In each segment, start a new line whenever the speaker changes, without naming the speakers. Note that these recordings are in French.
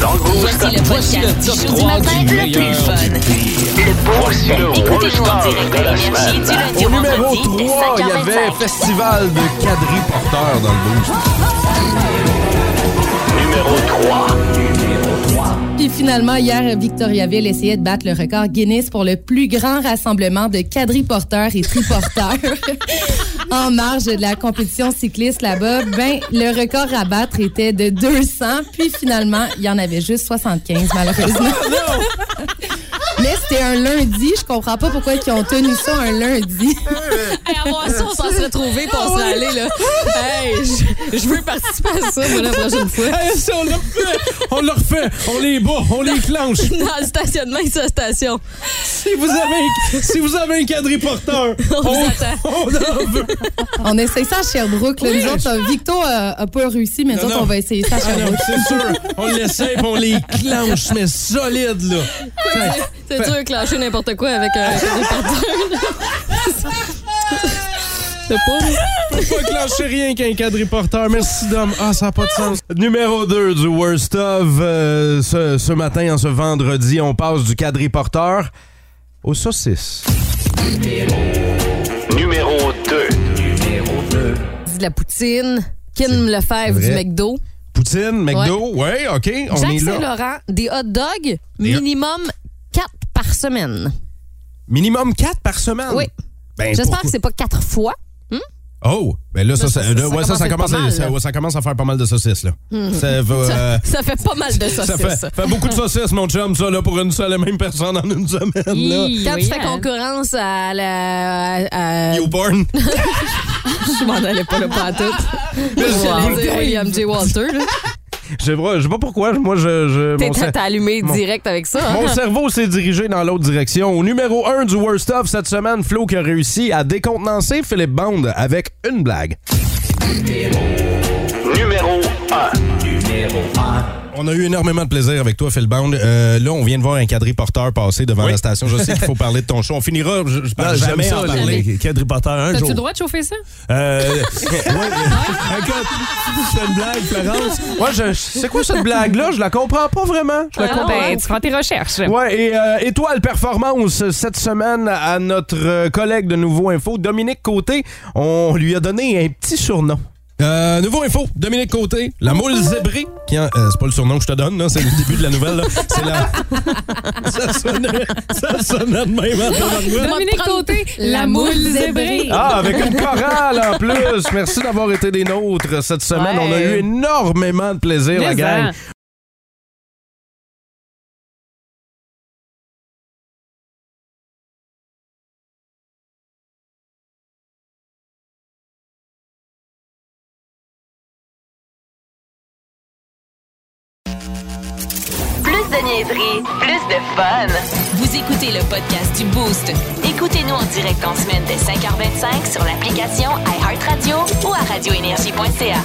dans le boost.
Voici le podcast du show du matin le plus fun. Le
Voici le
Boost. Écoutez-nous en
rockstar
direct
de
à
la
Énergie
semaine.
du lundi
Au
au
numéro
vendredi dès
3, il y avait
5h25.
Festival de quadriporteurs dans le boost.
Numéro 3.
Puis finalement, hier, Victoriaville essayait de battre le record Guinness pour le plus grand rassemblement de quadriporteurs et triporteurs en marge de la compétition cycliste là-bas. Ben, le record à battre était de 200, puis finalement, il y en avait juste 75, malheureusement.
Oh
Mais c'était un lundi, je comprends pas pourquoi ils ont tenu ça un lundi.
Hey, avoir ça, on s'en serait trouvé
Ah
pour s'en aller, là. Hey, je, je veux participer à ça, moi, la prochaine fois.
Hey, ça, on le refait! On le refait! On les bat! On les clenche!
Dans le stationnement et sa station.
Si vous avez, si vous avez un quadriporteur,
On vous attend.
on en veut!
On essaye ça à Sherbrooke. Là.
Oui.
nous autres, euh, Victo euh, a pas réussi, mais nous
Non,
autres,
non.
on va essayer ça à
Ah non,
Sherbrooke.
c'est sûr! On l'essaie pis on les clenche, mais solide, là!
C'est dur de clencher n'importe quoi avec un quadriporteur. C'est pas...
Faut pas clencher rien qu'un quadriporteur. Merci, Dom. Ah, ça n'a pas de sens. Numéro 2 du Worst of. euh, ce, ce matin, en ce vendredi, on passe du quadriporteur au saucisse.
Numéro 2.
De la poutine, Kim
vrai.
Lefebvre du McDo,
Poutine, McDo, ouais, OK, on
Jacques
est là.
Saint-Laurent, des hot dogs,
Des hot-
minimum 4 par semaine.
Minimum 4 par semaine.
Oui.
Ben,
J'espère
pourquoi-
que c'est pas 4 fois.
Oh, ben là, ça,
Là,
ça,
ça,
là,
ça
ouais, ça, ça commence
commence à
à,
être pas
ça-
mal.
ouais, ça commence à faire pas mal de saucisses, là. Ça, va, euh,
Ça fait pas mal de saucisses.
ça fait, fait beaucoup de saucisses, mon chum, ça, là, pour une seule et même personne en une semaine, là.
Hi.
Quand tu fais
Voyons.
concurrence à la. à- à-
Newborn.
Je m'en allais pas là pas à tout. Je
Wow.
l'allais dire William J. Walter. là.
Je vois- je sais pas pourquoi, moi, je... je
T'es
mon cer-
t'as allumé direct avec ça. hein?
Mon cerveau s'est dirigé dans l'autre direction. Au numéro 1 du Worst Of cette semaine, Flo qui a réussi à décontenancer Philippe Bond avec une blague.
Numéro 1.
On a eu énormément de plaisir avec toi, Phil Bond. Euh, là, on vient de voir un quadriporteur passer devant la station. Je sais qu'il faut parler de ton show. On finira, je, je parle
Ah, J'aime
jamais
ça,
en
les,
parler.
les quadriporteurs, un
T'as-tu
jour.
le droit de chauffer ça?
Euh, ouais, euh, écoute, je fais une blague, Florence.
Ouais, je- c'est quoi cette blague-là? Je la comprends pas vraiment. Je la
Ah,
comprends
ben, tu prends tes recherches.
Ouais, et euh, étoile performance cette semaine à notre euh, collègue de Nouveau Info, Dominique Côté. On lui a donné un petit surnom. Euh, nouveau info, Dominique Côté, la moule zébrée. qui en- euh, c'est pas le surnom que je te donne, là, c'est le début de la nouvelle. là. C'est la... ça sonnait, ça sonnait de même. en tabarouette.
Dominique
prendre
Côté,
la
la
moule
moule
zébrée.
zébrée.
Ah, avec une chorale en plus. Merci d'avoir été des nôtres cette semaine.
Ouais.
On a eu énormément de plaisir, la
Mais
gang.
en.
hein. Plus de niaiserie, plus de fun.
Vous écoutez le podcast du Boost.
Écoutez-nous en direct en semaine dès 5h25 sur l'application iHeartRadio ou à radioénergie.ca.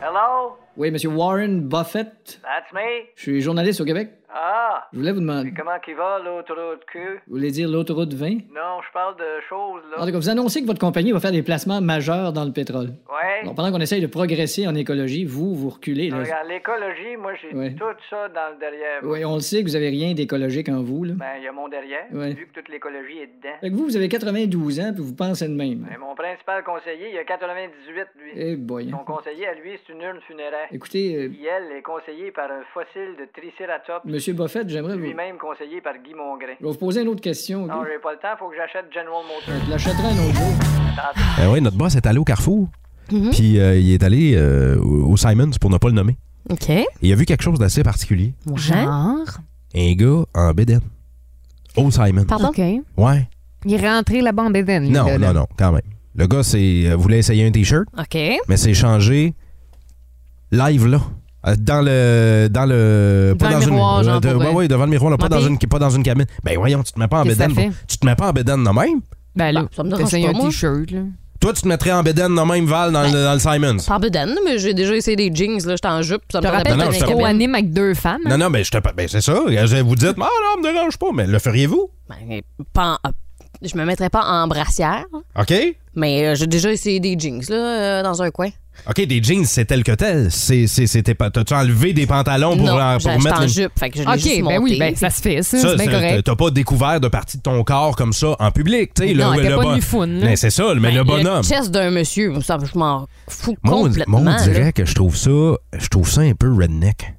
Hello,
Oui, Monsieur Warren Buffett.
that's me.
Je suis journaliste au Québec.
Ah,
Je voulais vous demander. Vous
comment qui va l'autoroute Q?
voulez dire l'autoroute 20?
Non, je parle de choses,
En
là.
tout cas, vous annoncez que votre compagnie va faire des placements majeurs dans le pétrole.
Ouais.
Bon, pendant qu'on essaye de progresser en écologie, vous, vous reculez. Là.
Regarde, l'écologie, moi, j'ai
Ouais.
tout ça dans le derrière.
Oui, on le sait que vous avez rien d'écologique en vous. Là.
Ben, il y a mon derrière,
Ouais.
vu que toute l'écologie est dedans.
Fait que vous, vous avez 92 ans, puis vous pensez de même.
Mais mon principal conseiller, il a 98, lui.
Eh boy.
Son conseiller, à lui, c'est une urne funéraire.
Écoutez, euh,
Qui, elle, est conseillée par un fossile de Triceratops,
Monsieur Buffett, j'aimerais vous...
lui-même conseillé par Guy Mongrain.
Je vais vous poser une autre question. ok?
Non, j'ai pas le temps, faut que j'achète General Motors.
Je l'achèterai un autre jour.
Ben oui, notre boss est allé au Carrefour. Puis euh, il est allé euh, au au Simons pour ne pas le nommer.
OK.
Et il a vu quelque chose d'assez particulier.
Hein?
Genre.
Un gars en bédaine. Au Simons.
Pardon?
Ouais.
Il est rentré là-bas en bédaine.
Non,
là, là.
non, non, quand même. Le gars c'est, euh, voulait essayer un T-shirt,
OK.
mais c'est changé live là. Euh, Dans le. Dans le.
Devant le
dans
miroir,
une. euh,
genre,
de-
pour
ouais,
vrai.
ouais, devant le miroir, là, pas,
M'en
dans une, pas dans une cabine. Ben voyons, tu te mets pas en
Qu'est-ce que
bédaine.
ça
pour- Tu te mets pas en bédaine de même.
Ben là,
Bon, Bah, ça me dérange
t'essayes
pas,
un
moi.
t-shirt. là.
Toi, tu te mettrais en bédaine de même, Val,
Ben,
dans, le, dans le Simons.
Pas en bedaine, mais j'ai déjà essayé des jeans, là. J'étais en jupe, ça me
Je te
tentait
rappelle
non,
pas
que
je
tu
te
d'être
co
en
anime avec deux femmes.
Non, non, mais je te. Ben, c'est ça. Vous dites, ah non, me dérange pas, mais le feriez-vous?
Ben, pas en-
Je me mettrais pas en brassière,
OK?
mais euh, j'ai déjà essayé des jeans là, euh, dans un coin.
OK, des jeans, c'est tel que tel. C'est- c'est- c'était pas- T'as-tu enlevé des pantalons pour,
Non,
en- pour
j'ai- j'étais
mettre
en
une-
jupe, fait que je l'ai
OK,
juste
ben oui,
monté.
ben ça se fait, ça,
Ça,
c'est bien
c'est-
correct.
T'as pas découvert de partie de ton corps comme ça en public. tu sais,
Non, elle
le,
était
le
pas
bon-
nue foune, là. Ben,
Mais c'est ça, mais le bonhomme.
Le chest d'un monsieur, ça, je m'en fous
Moi, on-
complètement.
moi, on dirait
là.
que je trouve ça, je trouve ça un peu redneck.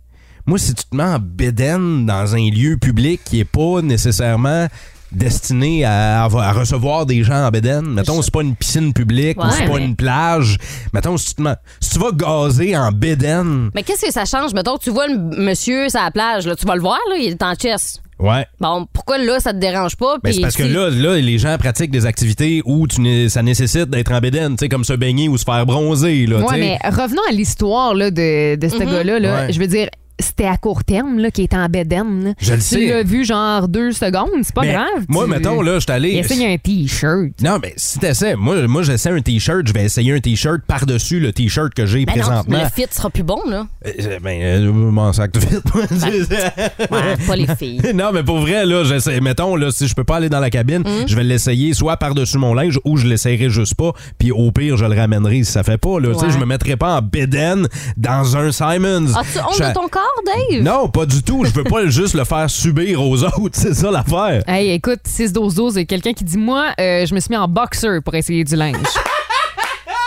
Moi, si tu te mets en bédaine dans un lieu public qui est pas nécessairement destiné à, avoir- à recevoir des gens en bédaine, mettons, c'est pas une piscine publique ou
Ouais,
c'est pas
mais-
une plage. Mettons, si tu, te mets- si tu vas gazer en bédaine,
Mais qu'est-ce que ça change? Mettons, tu vois le monsieur sur la plage, là, tu vas le voir, là, il est en chest.
ouais.
Bon, pourquoi là, ça te dérange pas?
Mais c'est
puis
parce que
si-
là, là, les gens pratiquent des activités où tu né- ça nécessite d'être en bédaine, tu sais, comme se baigner ou se faire bronzer. Là, tu
Ouais,
sais.
mais revenons à l'histoire là, de, de ce
Mhm.
gars-là. là.
Ouais.
Je veux dire, c'était à court terme là, qu'il était en bedaine. là.
Je le
tu
sais.
l'as vu genre deux secondes, c'est pas
Mais
grave.
Moi,
tu-
mettons, là, je suis allé.
Il essaye un T-shirt.
Non, mais si t'essaies, moi, moi j'essaie un T-shirt, je vais essayer un T-shirt par-dessus le T-shirt que j'ai
Ben non,
présentement.
le fit sera plus bon, là.
Euh, ben, euh, m'en sac tout vite. moi.
Ben, Ouais, pas les filles.
non, mais pour vrai, là, j'essaie. Mettons, là, si je peux pas aller dans la cabine,
Mm.
je vais l'essayer soit par-dessus mon linge ou je l'essayerai juste pas. Puis au pire, je le ramènerai si ça fait pas. Là, Tu sais,
Ouais.
Je me mettrai pas en bédaine dans un Simons.
As-tu honte
Je-
de ton corps, Dave?
Non, pas du tout. Je veux pas juste le faire subir aux autres. C'est ça l'affaire.
Hey, écoute, 6-12-12, il y a quelqu'un qui dit Moi, euh, je me suis mis en boxer pour essayer du linge.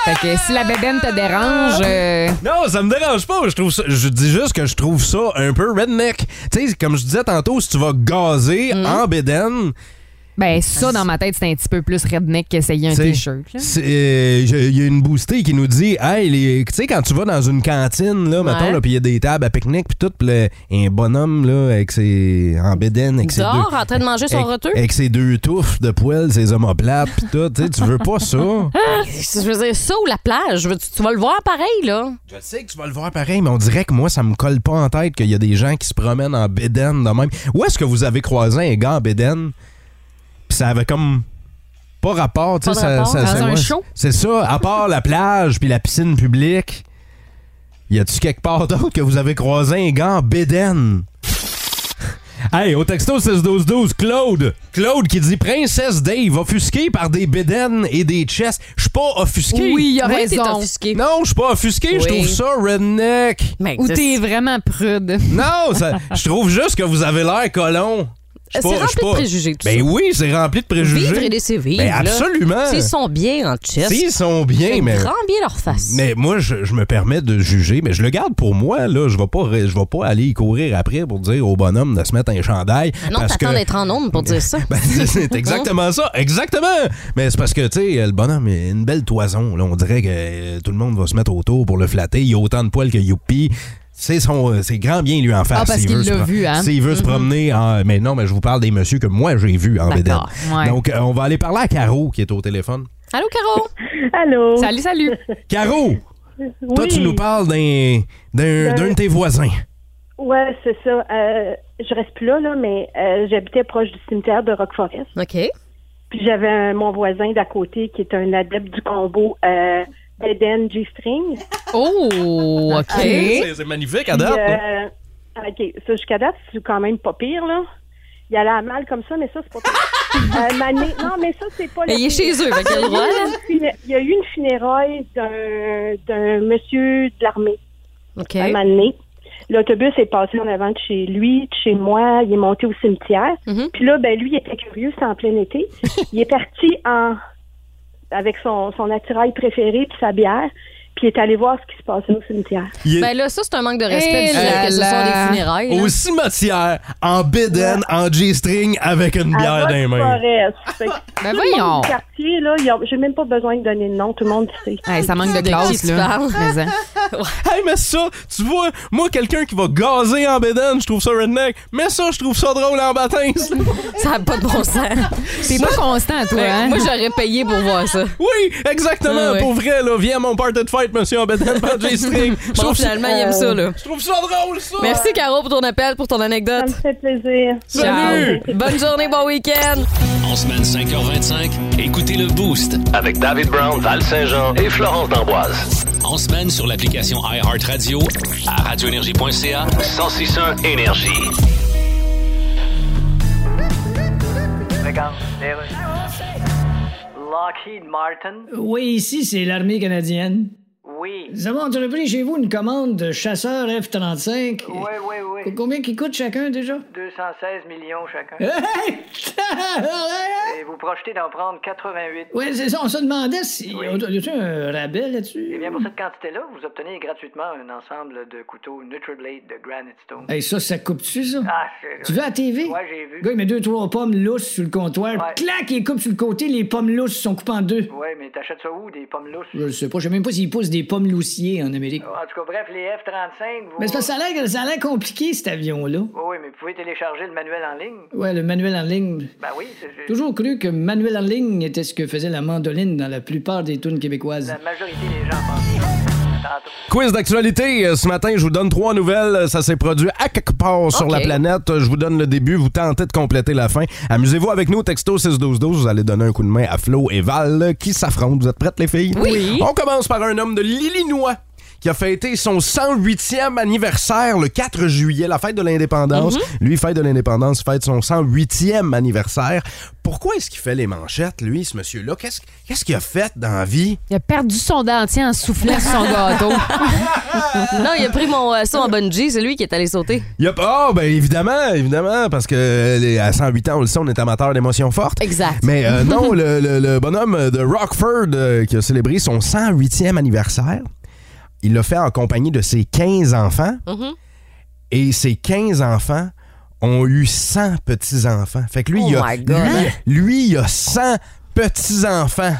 fait que si la bédaine te dérange. euh,
Non, ça me dérange pas. Je trouve ça- je dis juste que je trouve ça un peu redneck. Tu sais, comme je disais tantôt, si tu vas gazer
Mm.
en bédaine,
Ben, ça, dans ma tête, c'est un petit peu plus redneck qu'essayer un
tu sais,
T-shirt. là.
c'est- euh, je- il y a une boostée qui nous dit, hey, les- tu sais, quand tu vas dans une cantine là, mettons,
Ouais.
là, puis il y a des tables à pique-nique puis tout, puis le- un bonhomme là avec ses en bédaine, avec ses
Dehors,
deux- Eh,
en train de manger son
avec-
roteux?
avec ses deux touffes de poils, ses omoplates puis tout, tu sais, tu veux pas ça.
Ah, Je veux dire, ça ou la plage, je veux- tu, tu vas le voir pareil, là.
Je sais que tu vas le voir pareil, mais on dirait que moi, ça me colle pas en tête qu'il y a des gens qui se promènent en bédaine de même. Où est-ce que vous avez croisé un gars en bédaine? Puis ça avait comme pas rapport, tu
Pas
sais.
de
ça-
rapport.
ça-
Dans
ça-
un
ouais,
show?
C'est ça, à part la plage puis la piscine publique. Y a-tu quelque part d'autre que vous avez croisé un gars en bédaine? Hey, au texto 6-12-12, Claude. Claude qui dit Princesse Dave, offusqué par des bédaines et des chests. Je suis pas offusqué.
Oui, il a
Oui, t'es
raison.
offusqué.
Non, je suis pas offusqué, je
Oui.
trouve ça redneck.
Mais
Ou
c'est-
t'es vraiment prude.
Non, ça- je trouve juste que vous avez l'air colon. Je suis
Euh, C'est
pas- je suis
rempli de
pas-
préjugés, tout
Ben
ça.
oui, c'est rempli de préjugés.
Vivre et laisser vivre.
Ben
là.
absolument.
S'ils sont bien en chest.
S'ils sont bien, mais...
Rends bien leur face.
Mais moi, je, je me permets de juger, mais je le garde pour moi. Là. Je ne vais, pas ré- je vais pas aller y courir après pour dire au bonhomme de se mettre un chandail.
Ah non,
parce
t'attends
que-
d'être en onde pour dire ça.
Ben, c'est- c'est exactement ça, exactement. Mais c'est parce que, tu sais, le bonhomme, il a une belle toison. Là, on dirait que euh, tout le monde va se mettre autour pour le flatter. Il a autant de poils que Youpi. C'est son, euh, c'est grand bien lui en faire
Ah, parce
s'il
qu'il
veut se
l'a
pro-
vu, hein?
S'il veut se promener en. Mais non, mais je vous parle des messieurs que moi j'ai vus en vedette.
D'accord, ouais.
Donc, euh, on va aller parler à Caro qui est au téléphone.
Allô, Caro?
Allô?
Salut, salut.
Caro, toi,
Oui.
tu nous parles d'un, d'un, d'un de tes voisins.
Ouais, c'est ça. Euh, je reste plus là, là mais euh, j'habitais proche du cimetière de Rock Forest.
OK.
Puis j'avais un- mon voisin d'à côté qui est un adepte du combo euh, Beden G-String.
Oh, OK.
C'est, c'est magnifique,
Puis,
Adam.
euh, OK, ça jusqu'à date, c'est quand même pas pire, là. Il allait à mal comme ça, mais ça, c'est pas pire. Euh, Mané- Non, mais ça, c'est pas... le
Mais il est
pire.
chez eux, fait qu'il a le droit, là.
Oh, Il y a eu une funé- Il y a eu une funéraille d'un d'un monsieur de l'armée.
OK.
un moment donné. L'autobus est passé en avant de chez lui, de chez moi. Il est monté au cimetière.
Mhm.
Puis là, ben lui, il était curieux, c'est en plein été. il est parti en avec son, son attirail préféré puis sa bière. Puis il est allé voir ce qui se passait au cimetière.
Il est-
Ben là, ça, c'est un manque de respect.
Eh
du fait
là
que ce sont
là.
des funérailles. là.
au cimetière, en bédaine, en G-string, avec une
À
bière dans les mains.
Rock-Forest. Fait que
Ben
tout le monde
voyons.
du quartier, là, il y a- j'ai même pas besoin de donner le nom, tout le monde sait.
Hey, ça manque de
De qui
classe,
tu
là.
parles?
Mais, hein.
Hey, mais ça, tu vois, moi, quelqu'un qui va gazer en bédaine, je trouve ça redneck. Mais ça, je trouve ça drôle en baptême.
Ça n'a pas de bon sens.
T'es pas constant, toi, hein?
Moi, j'aurais payé pour voir ça.
Oui, exactement,
Ah ouais.
pour vrai, là. Viens à mon party de fête, monsieur, en bédaine, pas de string Je
Bon,
trouve ça-
finalement, il aime ça, là.
je trouve ça drôle, ça.
Merci, Caro, pour ton appel, pour ton
Ça
anecdote.
me fait plaisir.
Salut!
Ciao. Bonne journée, bon week-end.
En semaine 5h25, écoutez le Boost.
Avec David Brown, Val Saint-Jean et Florence D'Amboise.
En semaine sur l'application iHeartRadio à radioénergie.ca.
1061 Énergie.
Regarde, les rues. Lockheed Martin?
Oui, ici, c'est l'armée canadienne.
Oui.
Nous avons entrepris chez vous une commande de chasseurs F-35.
Oui, oui, oui.
Combien qui coûte chacun déjà?
216 millions chacun.
Euh. Hey!
Et vous projetez d'en prendre 88.
Oui, c'est ça, on se demandait si. on Y a-tu un rabais là-dessus?
Eh bien, pour cette quantité-là, vous obtenez gratuitement un ensemble de couteaux NutriBlade de Granite Stone.
Hey, ça, ça coupe-tu, ça?
Ah, c'est...
Tu veux à la TV?
Ouais, j'ai vu.
Le gars, il met deux, trois pommes lousses sur le comptoir. Clac, il coupe sur le côté, les pommes lousses sont coupées en deux.
Ouais, mais t'achètes ça où, des pommes lousses?
Je sais pas, je sais même pas s'ils poussent des pommes loussiers en Amérique.
En tout cas, bref, les F-35, vous...
Mais c'est parce que ça a l'air- ça a l'air compliqué, cet avion-là.
Oui, mais vous pouvez télécharger le manuel en ligne.
Ouais, le manuel en ligne.
Ben oui, c'est... c'est-
Toujours cru que manuel en ligne était ce que faisait la mandoline dans la plupart des tunes québécoises.
La majorité des gens pensent ça. Tantôt.
Quiz d'actualité. Euh, Ce matin, je vous donne trois nouvelles. Ça s'est produit à quelque part sur
Ok.
la planète. Euh, Je vous donne le début. Vous tentez de compléter la fin. Amusez-vous avec nous. Texto 61212. Vous allez donner un coup de main à Flo et Val euh, qui s'affrontent. Vous êtes prêtes, les filles?
Oui.
On commence par un homme de l'Illinois qui a fêté son 108e anniversaire le 4 juillet, la fête de l'indépendance. Lui, fête de l'indépendance, fête son 108e anniversaire. Pourquoi est-ce qu'il fait les manchettes, lui, ce monsieur-là? Qu'est-ce qu'est-ce qu'il a fait dans la vie?
Il a perdu son dentier en soufflant sur son gâteau.
non, il a pris mon euh, saut en bungee, c'est lui qui est allé sauter.
Il y a pas. Oh, ben évidemment, évidemment, parce que euh, les- à 108 ans, on le sait, on est amateur d'émotions fortes.
Exact.
Mais euh, non, le, le- le bonhomme de Rockford euh, qui a célébré son 108e anniversaire, il l'a fait en compagnie de ses 15 enfants.
Mhm.
Et ses 15 enfants ont eu 100 petits-enfants. Fait que lui,
Oh
il a,
my God.
lui, lui, il a 100 petits-enfants.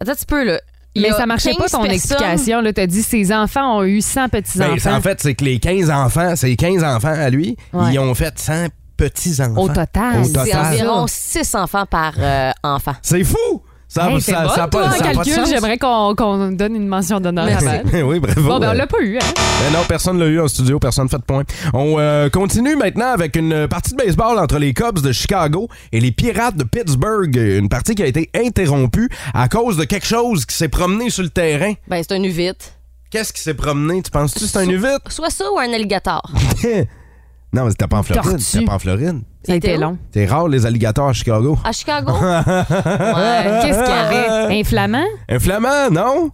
Attends un petit peu, là. Il
Mais
y a
ça marchait pas
15
ton
personnes-
explication. là. T'as dit ses enfants ont eu 100
Ben, c'est-
petits-enfants.
en fait, c'est que les 15 enfants, ses 15 enfants à lui,
Ouais.
ils ont fait 100 petits-enfants.
Au total,
Au
c'est
total.
environ 6 enfants par euh, enfant.
C'est fou! Ça,
Hey, t'es
ça,
bonne,
ça a
toi,
pas,
en
ça a pas de
Calcul,
sens.
j'aimerais qu'on qu'on donne une mention d'honneur à Val.
Ben, oui, bravo.
Bon, ben, on l'a pas eu, hein?
Ben non, personne l'a eu en studio, personne fait de point. On euh, continue maintenant avec une partie de baseball entre les Cubs de Chicago et les Pirates de Pittsburgh. Une partie qui a été interrompue à cause de quelque chose qui s'est promené sur le terrain.
Ben, c'est un uvite.
Qu'est-ce qui s'est promené? Tu penses-tu que c'est un uvite?
Soit ça ou un alligator.
non, mais c'était pas en Floride.
Tortue.
C'était pas en Floride.
Ça a été C'était où? long.
C'est rare, les alligators à Chicago.
À Chicago?
Qu'est-ce qu'il y avait? Inflammant?
Un flamand, non?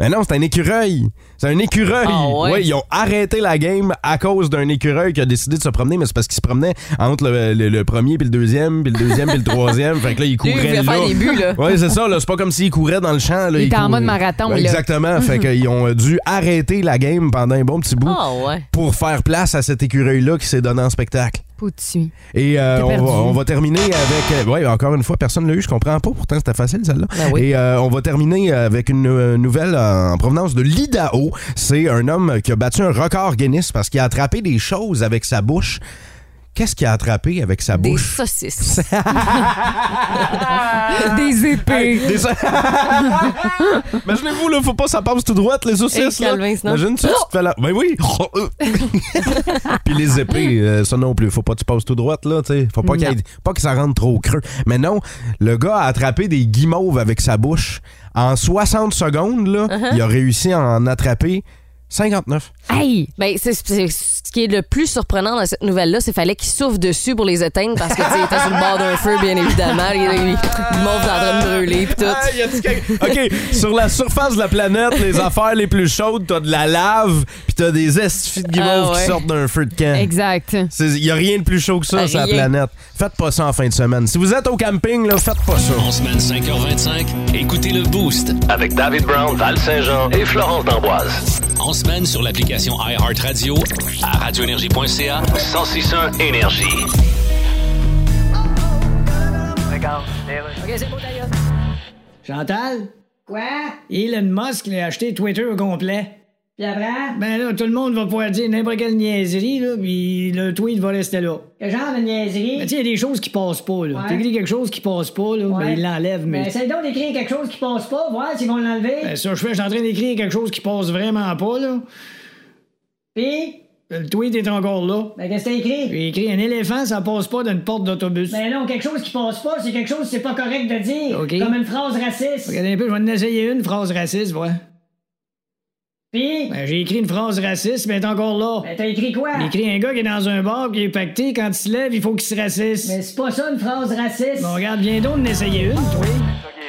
Mais non, c'est un écureuil. C'est un écureuil.
Ah ouais?
Ouais, ils ont arrêté la game à cause d'un écureuil qui a décidé de se promener, mais c'est parce qu'il se promenait entre le, le- le premier puis le deuxième, puis le deuxième puis le troisième. Fait que là, il
Lui,
courait
il voulait
là.
faire des buts, là.
Ouais, c'est ça. Là, c'est pas comme s'il courait dans le champ. Là,
Il était en
cou-
mode marathon,
Ouais,
là.
Exactement. fait qu'ils ont dû arrêter la game pendant un bon petit bout
Ah ouais.
pour faire place à cet écureuil-là qui s'est donné en spectacle.
Poutu.
Et euh,
T'es
on, va,
perdu.
on va terminer avec. Oui, encore une fois, personne ne l'a eu, je comprends pas. Pourtant, c'était facile, celle-là.
Ben
Et euh, on va terminer avec une euh, nouvelle euh, en provenance de l'Idaho. C'est un homme qui a battu un record Guinness parce qu'il a attrapé des choses avec sa bouche. Qu'est-ce qu'il a attrapé avec sa
Des
bouche?
saucisses.
Des épées.
Des sau- Imaginez-vous, là, faut pas ça passe tout droit, les saucisses.
Hey,
là.
Calvin, sinon-
Imagine ça, tu te fais la- Ben oui! Puis les épées, euh, ça non plus. Faut pas que tu passes tout droit, là, tu sais. Faut pas, qu'il y ait- pas que ça rentre trop creux. Mais non, le gars a attrapé des guimauves avec sa bouche. En 60 secondes, là,
Uh-huh.
il a réussi à en attraper 59.
Hey! Ben, c'est c'est- ce qui est le plus surprenant dans cette nouvelle-là, c'est qu'il fallait qu'il souffle dessus pour les éteindre parce que, tu sais, il était sur le bord d'un feu, bien évidemment. Il, il, il m'offre en train de brûler, pis tout.
OK, sur la surface de la planète, les affaires les plus chaudes, t'as de la lave, puis t'as des estifies de guimauves
Ah ouais.
qui sortent d'un feu de camp.
Exact.
Il n'y a rien de plus chaud que ça
Ben,
Ah,
sur la
rien.
planète. Faites pas ça en fin de semaine. Si vous êtes au camping, là, faites pas ça.
En semaine 5h25, écoutez le Boost.
Avec David Brown, Val Saint-Jean et Florence D'Amboise.
En semaine sur l'application iHeartRadio à radioénergie.ca.
1061 Énergie.
Regarde, les rues.
Chantal?
Quoi?
Elon Musk l'a acheté Twitter au complet.
Puis après?
Ben là, tout le monde va pouvoir dire n'importe quelle niaiserie, là, puis le tweet va rester là.
Quel genre de niaiserie?
Ben, tu sais, il y a des choses qui passent pas, là.
Ouais.
T'écris quelque chose qui passe pas, là,
Ouais.
ben, il l'enlève, mais.
Ben, essaye donc d'écrire quelque chose qui passe pas, voir s'ils vont l'enlever.
Ben, ça, je fais, je suis en train d'écrire quelque chose qui passe vraiment pas, là.
Puis?
Le tweet est encore là.
Ben, qu'est-ce que t'as écrit?
J'ai écrit un éléphant, ça passe pas d'une porte d'autobus.
Ben non, quelque chose qui passe pas, c'est quelque chose que c'est pas correct de dire.
OK.
Comme une phrase raciste.
Regardez un peu, je vais en essayer une phrase raciste, voilà.
Puis?
Ben, j'ai écrit une phrase raciste, mais elle est encore là.
Ben, t'as écrit quoi?
J'ai écrit un gars qui est dans un bar, qui est pacté, quand il se lève, il faut qu'il se raciste.
Mais c'est pas Euh, ça une phrase raciste.
Bon, regarde, bien donc d'en essayer une, toi.
Ça, qui est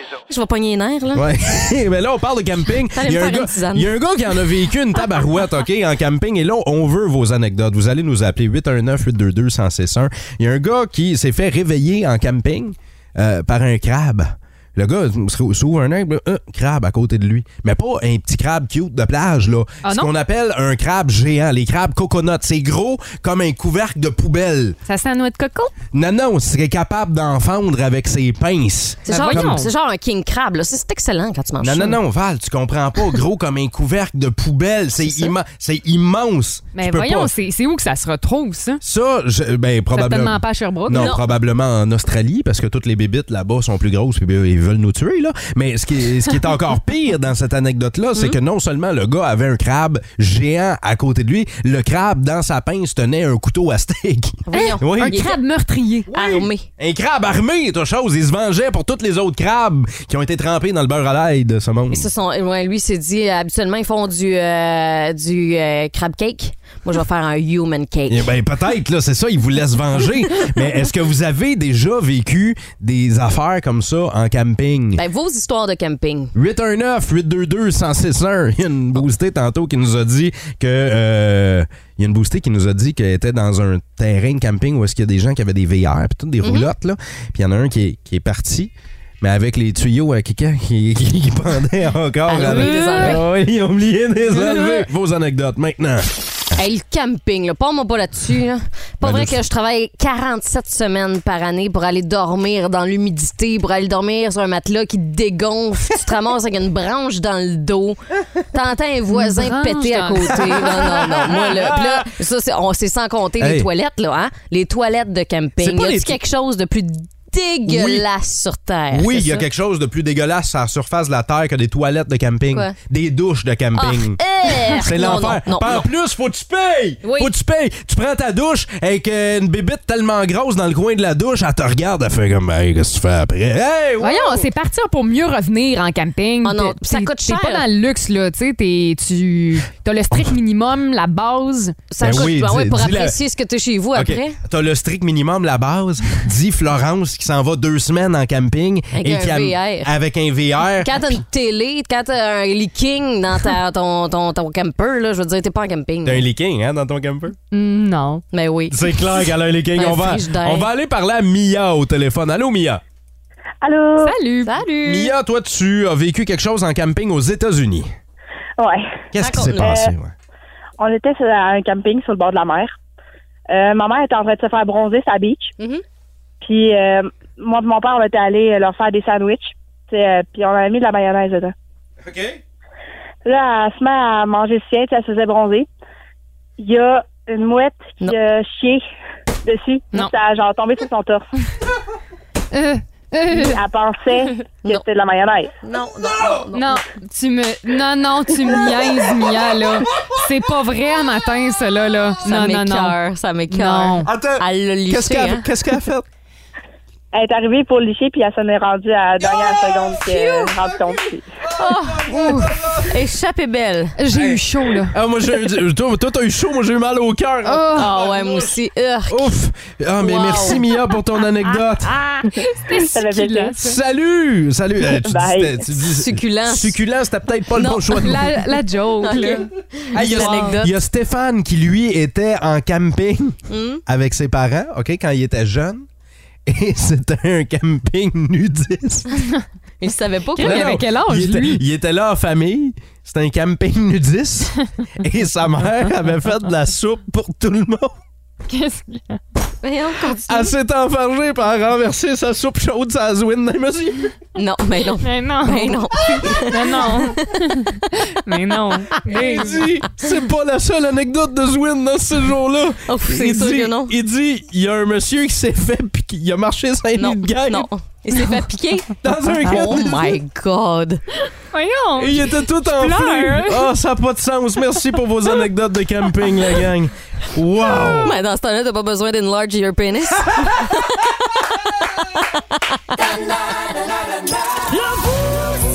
ça.
Je vais pogner les nerfs, là.
Ouais. Mais là, on parle de camping.
Fallait
Il y, a
me
un
faire une
gars,
tisane.
il y a un gars qui en a vécu une tabarouette, OK, en camping. Et là, on veut vos anecdotes. Vous allez nous appeler 819-822-1061. Il y a un gars qui s'est fait réveiller en camping euh, par un crabe. Le gars se- s'ouvre un œil, un crabe à côté de lui. Mais pas un petit crabe cute de plage, là.
Ah
Ce
non?
qu'on appelle un crabe géant, les crabes coconuts. C'est gros comme un couvercle de poubelle.
Ça sent la noix de coco?
Non, non, on serait capable d'en fendre avec ses pinces.
C'est genre,
Comme-
c'est genre un king crab, là. C'est c'est excellent quand tu manges
non,
ça.
non, non, Val, tu comprends pas. Gros comme un couvercle de poubelle. C'est immen- c'est immense.
Mais
Tu peux
voyons,
pas-
c'est c'est où que ça se retrouve, ça?
Ça, je- ben, probablement.
Certainement pas à Sherbrooke.
Non,
Non.
probablement en Australie, parce que toutes les bébites là-bas sont plus grosses et ils veulent nous tuer. Là. Mais ce qui, est, ce qui est encore pire dans cette anecdote-là,
Mm-hmm.
c'est que non seulement le gars avait un crabe géant à côté de lui, le crabe dans sa pince tenait un couteau à steak.
Voyons,
Oui.
un crabe meurtrier. Armé.
Un crabe armé, toute chose. Il se vengeait pour tous les autres crabes qui ont été trempés dans le beurre à l'ail de ce monde.
Et ça, son- ouais, lui s'est dit, euh, habituellement, ils font du, euh, du euh, crab cake. Moi, je vais faire un human cake.
Eh ben, peut-être, là, c'est ça, il vous laisse venger. Mais est-ce que vous avez déjà vécu des affaires comme ça en camping?
Ben, vos histoires de camping.
819-822-1061. Il y a une boostée tantôt qui nous a dit que. euh, il y a une boostée qui nous a dit qu'elle était dans un terrain de camping où est-ce qu'il y a des gens qui avaient des VR, puis toutes
Mhm.
des roulottes, là. Puis il y en a un qui est, qui est parti. Mais avec les tuyaux à Kika qui, qui, qui pendaient encore.
Ah, oui, des enlevés.
Ah oui, ils ont oublié des enlevés. Vos anecdotes maintenant.
Ah, Hey, le camping, là, parle-moi pas là-dessus. là. Pas
Ben,
vrai
là,
que je travaille 47 semaines par année pour aller dormir dans l'humidité, pour aller dormir sur un matelas qui te dégonfle, tu te ramasses avec une branche dans le dos, t'entends un voisin
branche
péter à
dans-
côté. Non, non, non. Moi, là, pis là, ça, c'est, on, c'est sans compter les
Hey.
toilettes, là, hein? Les toilettes de camping.
C'est pas
Y a-tu
les-
quelque chose de plus dégueulasse sur Terre?
Oui,
que
il y a
ça?
quelque chose de plus dégueulasse à la surface de la Terre que des toilettes de camping.
Quoi?
Des douches de camping.
Ah, eh!
C'est
Non,
l'enfer.
non, non,
Puis En
non.
plus, faut que tu payes. Faut que tu payes. Tu prends ta douche avec euh, une bébite tellement grosse dans le coin de la douche, elle te regarde, elle fait comme, hey, qu'est-ce que tu fais après? Hey, wow!
Voyons, c'est partir pour mieux revenir en camping.
Ah non,
T'es-
ça
t'es-
coûte cher.
T'es pas dans le luxe, là. Tu sais, t'es- tu as le strict minimum, la base.
Ça
Ben
coûte,
oui,
ben
dis-
ouais, pour
dis-le.
apprécier ce que t'es chez vous
OK.
après.
T'as le strict minimum, la base. Dis Florence qui s'en va deux semaines en camping.
Avec un
qui am-
VR.
Avec un VR.
Quand t'as une télé, quand t'as un leaking dans ta- ton, ton, ton camper, là, je veux dire, t'es pas en camping.
T'as un leaking, hein, dans ton camper?
Hmm,
Mm, Non. Mais oui.
C'est clair qu'elle a un leaking.
Un
on, va,
Ben, frigidaire.
on va aller parler à Mia au téléphone. Allô, Mia?
Allô?
Salut.
Salut.
Mia, toi, tu as vécu quelque chose en camping aux États-Unis.
Ouais.
Qu'est-ce qui s'est passé? ouais?
On était sur- à un camping sur le bord de la mer. Euh, ma mère était en train de se faire bronzer sa beach. Puis euh, moi et mon père, on était allés leur faire des sandwichs. Tu sais, euh, puis on avait mis de la mayonnaise dedans. OK. Là, elle se met à manger le sien, tu sais, elle se faisait bronzer. Il y a une mouette qui a chié dessus. Ça a genre tombé sur son torse.
Euh,
Puis elle pensait que c'était de la mayonnaise.
Non, non,
non. tu me. Non, non, tu me niaises, Mia, là. C'est pas vrai à matin, ça, là. là.
Ça
non, non, non.
m'écoeure, ça m'écoeure.
Non.
Attends,
Elle l'a
qu'est-ce
liché,
qu'elle-
hein.
Qu'est-ce qu'elle a fait?
Elle est arrivée pour le licher, puis elle s'en est rendue à la dernière seconde qu'elle s'est rendue compte. puis-
Oh, ouf. Échappée belle.
J'ai eu chaud, là.
Ah, moi, j'ai eu- toi, toi, t'as eu chaud, moi, j'ai eu mal au cœur. là.
Ah ouais, moi aussi. Urgh.
Ouf! Ah, mais
Wow.
merci, Mia, pour ton anecdote.
Ça m'a fait plaisir.
Salut! Salut! Euh, tu,
Bye.
dis, tu dis-
Succulent.
Succulent, c'était peut-être pas le bon choix de
La, la joke, là.
Ah, il, y a, il y a Stéphane qui, lui, était en camping
Hmm?
avec ses parents, OK, quand il était jeune. Et c'était un camping nudiste.
Hein, Il savait pas
Crème,
quoi.
il avait quel âge,
il était,
lui?
il était là en famille. C'était un camping nudiste. et sa mère avait fait de la soupe pour tout le monde.
Qu'est-ce qu'il y a?
Voyons, continue.
Elle s'est enfargée par renverser sa soupe chaude sur la zouine d'un monsieur.
Non, mais non.
Mais non.
Mais non.
Mais non. Mais non.
Il dit, c'est pas la seule anecdote de Zwin dans ce jour-là.
Oh, c'est
il,
sûr
dit,
que non.
il dit, il y a un monsieur qui s'est fait piquer, il a marché sur un lit de guerre.
Non. Il s'est fait piquer.
Dans un cas.
Oh my God.
Voyons.
Et il était tout en
pleures.
Ah, ça n'a pas de sens. Merci pour vos anecdotes de camping, la gang. Wow!
Mais dans ce temps-là, t'as pas besoin d'enlarge your penis.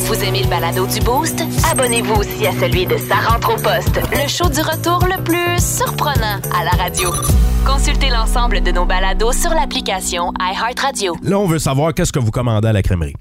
Vous aimez le balado du Boost? Abonnez-vous aussi à celui de Sa rentre au poste, le show du retour le plus surprenant à la radio. Consultez l'ensemble de nos balados sur l'application iHeartRadio.
Là, on veut savoir qu'est-ce que vous commandez à la crèmerie.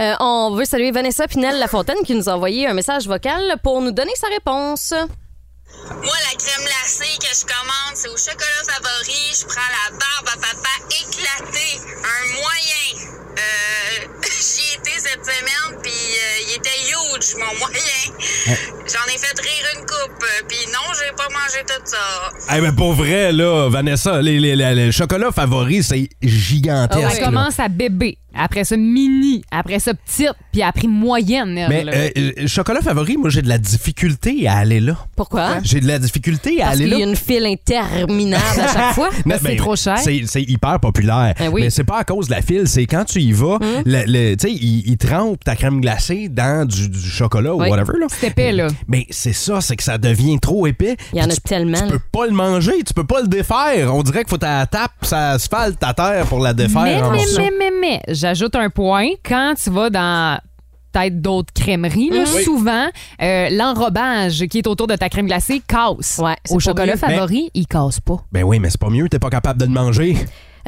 Euh, on veut saluer Vanessa Pinel Lafontaine qui nous a envoyé un message vocal pour nous donner sa réponse.
Moi, la crème glacée que je commande, c'est au chocolat favori. Je prends la barbe à papa éclatée. Un moyen. Euh, J'y étais cette semaine, puis euh, il était huge, mon moyen. J'en ai fait rire une coupe, euh, puis non, j'ai pas mangé tout ça.
Eh ben pour vrai, là, Vanessa, les, les, les- les chocolats favoris, c'est gigantesque.
Ah
Elle
là.
commence à bébé, après ça mini, après ça petite, puis après moyenne. elle,
Mais
là.
euh, euh, chocolat favori, moi, j'ai de la difficulté à aller là.
Pourquoi?
J'ai de la difficulté à
Parce
aller
qu'il y a
là.
une file interminable à chaque fois.
Non, ben, C'est, c'est hyper populaire.
Ben oui. Hum.
Mais c'est pas à cause de la file, c'est quand tu y vas, le- le- tu sais, ils ils trempent ta crème glacée dans du, du chocolat
Oui.
ou whatever. Là.
C'est épais, là.
Mais c'est ça, c'est que ça devient trop épais.
Il y en a tellement.
Tu peux pas le manger, tu peux pas le défaire. On dirait qu'il faut ta tape, ça asphalte ta terre pour la défaire.
Mais,
en
mais,
morceaux.
mais, mais, mais, j'ajoute un point. Quand tu vas dans peut-être d'autres crèmeries, là,
Mhm.
Mm-hmm.
Oui.
souvent, euh, l'enrobage qui est autour de ta crème glacée casse. Au chocolat
mieux.
favori, il casse pas.
Ben oui, mais c'est pas mieux, t'es pas capable de le manger.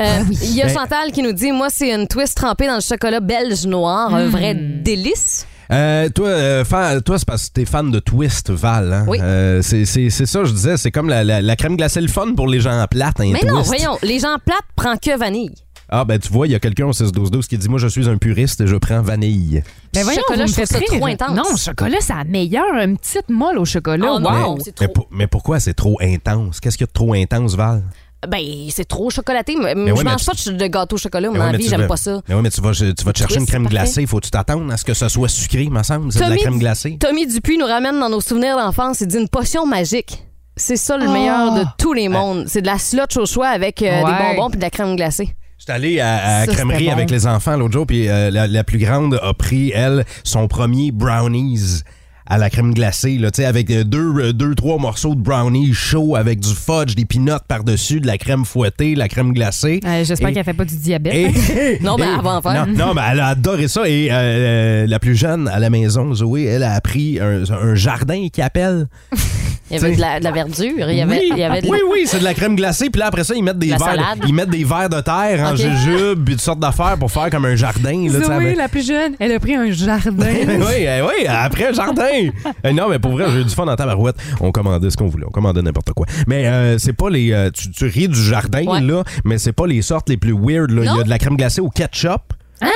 Euh, Il y a
Ben-
Chantal qui nous dit Moi, c'est une twist trempée dans le chocolat belge noir, un vrai
Hmm.
délice.
Euh, toi, euh, fan- toi c'est parce que t'es fan de Twist, Val. hein?
Oui.
Euh, c'est c'est- c'est ça, je disais. C'est comme la, la- la crème glacée le fun pour les gens plates. hein,
Mais non,
Twist.
voyons, les gens plates prennent que vanille.
Ah, ben tu vois, il y a quelqu'un au 6-12-12 qui dit Moi, je suis un puriste, je prends vanille.
Ben voyons,
Chocolat,
vous me
je trouve
faites
ça
rire.
trop intense.
Non, chocolat, c'est la meilleure. Une petite molle au chocolat.
Oh
wow.
mais, mais pour- mais pourquoi c'est trop intense Qu'est-ce qu'il y a de trop intense, Val
Ben, c'est trop chocolaté. mais-
Mais
je
ouais, mais
mange
tu-
pas de ch- de gâteau au chocolat,
Mais
mon
ouais, mais
avis,
tu
j'aime
vas-
pas ça.
Mais oui, mais tu vas, tu vas te chercher
Twist,
une crème
c'est parfait.
glacée, faut-tu t'attendre à ce que ce soit sucré, me semble C'est de la
Tommy-
crème glacée.
Tommy Dupuis nous ramène dans nos souvenirs d'enfance. Il dit une potion magique. C'est ça le
Ah.
meilleur de tous les mondes. C'est de la slotch au choix avec euh,
Ouais.
des bonbons puis de la crème glacée.
J'étais allé à, à
Ça,
crèmerie
c'était bon.
avec les enfants l'autre jour, puis euh, la, la plus grande a pris, elle, son premier brownies à la crème glacée, là, tu sais, avec euh, deux, euh, deux, trois morceaux de brownies chauds avec du fudge, des peanuts par-dessus, de la crème fouettée, la crème glacée.
Euh, J'espère
Et-
qu'elle fait pas du diabète.
Hein?
et- et- Non, non, mais elle a adoré ça. Et euh, euh, la plus jeune à la maison, Zoé, elle a pris un, un jardin qui appelle.
Il y avait
T'sais.
de la, de la verdure. Il y avait,
oui,
il y avait de la-
oui, oui, c'est de la crème glacée. Puis là, après ça, ils mettent des,
La
verres,
salade.
ils mettent des verres de terre en
Ok.
jujube, puis toutes sortes d'affaires pour faire comme un jardin. Là, tu sais,
Zoé,
avec-
la plus jeune, elle a pris un jardin.
oui, eh oui, après jardin. Eh non, mais pour vrai, j'ai eu du fun dans tabarouette. On commandait ce qu'on voulait, on commandait n'importe quoi. Mais euh, c'est pas les. euh, tu, tu ris du jardin,
Ouais.
là, mais c'est pas les sortes les plus weird. là. Il y
Non?
a de la crème glacée au ketchup.
Ah!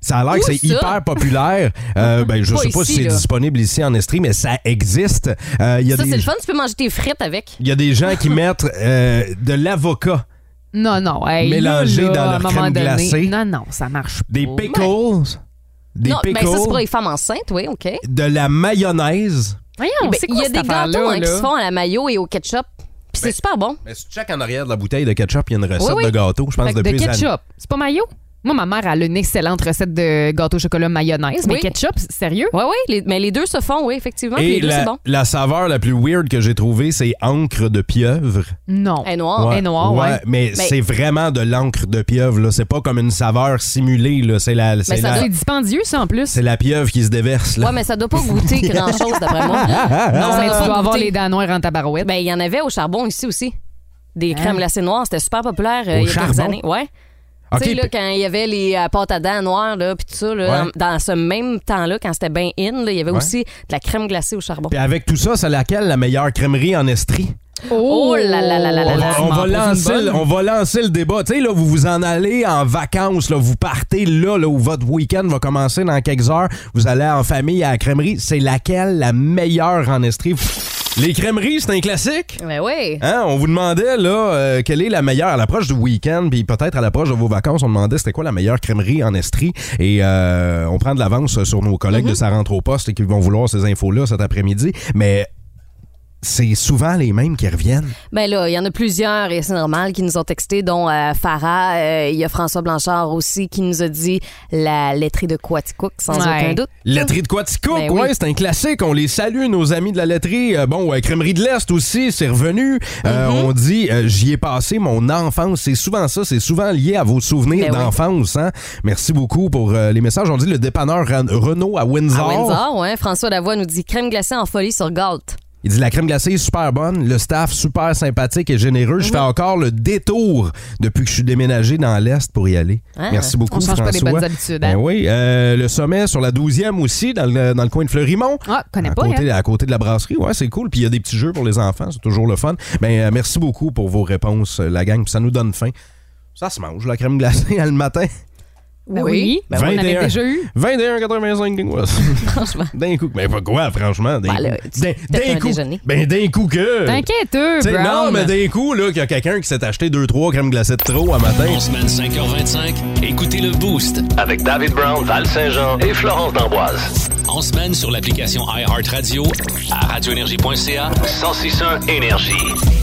Ça a l'air que
Où
c'est
ça?
hyper populaire. Euh, ben, je
Pas
sais pas
ici,
si c'est
là.
disponible ici en Estrie, mais ça existe. Euh, Il y a
Ça,
des
c'est le fun. Tu peux manger tes frites avec.
il y a des gens qui mettent euh, de l'avocat,
Non, non. Hey,
Mélangé
là, là,
dans leur
à un moment
crème
donné-
glacée.
Non, non, ça marche
des
pas.
pickles, des
Oh. non, ben
pickles,
ça, c'est pour les femmes enceintes, oui, OK.
de la mayonnaise.
Ben,
Voyons, c'est
Il
quoi
y a
cette
des gâteaux
affaire-là,
hein, qui
là?
se font à la mayo et au ketchup. Puis c'est super bon.
Mais si tu check en arrière de la bouteille de ketchup, il y a une recette
Oui, oui.
de gâteau, je pense,
Fait que
depuis
de
les années.
ketchup. C'est pas mayo? Moi, ma mère, elle a une excellente recette de gâteau au chocolat mayonnaise. Mais
Oui.
ketchup, c'est sérieux?
Oui, oui. mais les deux se font, oui, effectivement.
Et
puis les deux,
la,
c'est bon.
la saveur la plus weird que j'ai trouvée, c'est encre de pieuvre.
Non.
Elle est noire.
Ouais,
Elle est noire, Oh, ouais.
Mais,
Mais-
c'est vraiment de l'encre de pieuvre. là. C'est pas comme une saveur simulée. là. C'est la, c'est
ça
la,
doit-
C'est dispendieux, ça, en plus.
c'est la pieuvre qui se déverse. Là. Ah,
Ouais, mais ça doit pas goûter grand-chose, d'après moi.
Non,
ça
mais
doit
tu
pas
dois avoir
goûter.
les dents noires en tabarouette.
Ben, il y en avait au charbon ici aussi.
Hein?
Des crèmes glacées noires, c'était super populaire euh,
Au
il y a quelques
charbon?
années. Ouais.
ah.
OK,
tu sais, là,
puis-
quand il y avait les euh, pâtes à dents noires, là, puis tout ça, là,
Ouais.
dans, dans ce même temps-là, quand c'était bien in, là, il y avait
Ouais.
aussi de la crème glacée au charbon.
Puis avec tout ça, c'est laquelle la meilleure crèmerie en Estrie?
Oh là là là là là
On
là.
va, on va lancer, le- on va lancer le débat. Tu sais, là, vous vous en allez en vacances, là, vous partez là, là où votre week-end va commencer dans quelques heures. Vous allez en famille à la crèmerie. C'est laquelle la meilleure en Estrie? Les crèmeries, c'est un classique?
Ben oui.
Hein, on vous demandait là euh, quelle est la meilleure à l'approche du week-end, puis peut-être à l'approche de vos vacances, on demandait c'était quoi la meilleure crèmerie en Estrie. Et euh, on prend de l'avance sur nos collègues de sa rentre au poste et qui vont vouloir ces infos-là cet après-midi. Mais c'est souvent les mêmes qui reviennent.
Ben là, il y en a plusieurs et c'est normal qui nous ont texté, dont euh, Farah. euh, Il y a François Blanchard aussi qui nous a dit la laiterie de Quaticook, sans
Ouais.
aucun doute.
Laiterie de Quaticook,
Ben oui.
ouais, c'est un classique. On les salue, nos amis de la laiterie. Euh, bon, euh, Crèmerie de l'Est aussi, c'est revenu. Euh,
Mhm.
On dit, euh, j'y ai passé mon enfance. C'est souvent ça, c'est souvent lié à vos souvenirs
Ben oui.
d'enfance. hein. Merci beaucoup pour euh, les messages. On dit le dépanneur Ren- Renault à Windsor.
Ah À Windsor, ouais, François Lavoie nous dit crème glacée en folie sur Galt.
Il dit la crème glacée est super bonne, le staff super sympathique et généreux. Je fais
Mhm.
encore le détour depuis que je suis déménagé dans l'Est pour y aller.
Ah,
Merci beaucoup,
on change
François.
pas des bonnes habitudes, hein?
Ben oui, euh, le sommet sur la 12e aussi, dans le, dans le coin de Fleurimont.
Ah, connais
à
pas,
côté,
elle.
à côté de la brasserie, ouais, c'est cool. Puis il y a des petits jeux pour les enfants, c'est toujours le fun. Ben, euh, merci beaucoup pour vos réponses, euh, la gang. Puis ça nous donne faim. Ça se mange, la crème glacée, hein, le matin.
Ben oui. Ben oui, on en avait déjà eu.
21,85 Kingwas. Franchement. D'un coup, que- mais pourquoi, franchement? D'un
Ben là,
coup- d'un-
peut-être
d'un
un
coup.
déjeuner.
Ben d'un coup que.
T'inquiète-eux,
T'sais,
Brown.
Non, mais d'un coup, là, qu'il y a quelqu'un qui s'est acheté 2-3 crèmes glacées de trop à matin.
En semaine 5h25, écoutez le Boost.
Avec David Brown, Val Saint-Jean et Florence D'Amboise.
En semaine sur l'application iHeartRadio à radioénergie.ca.
1061 Énergie.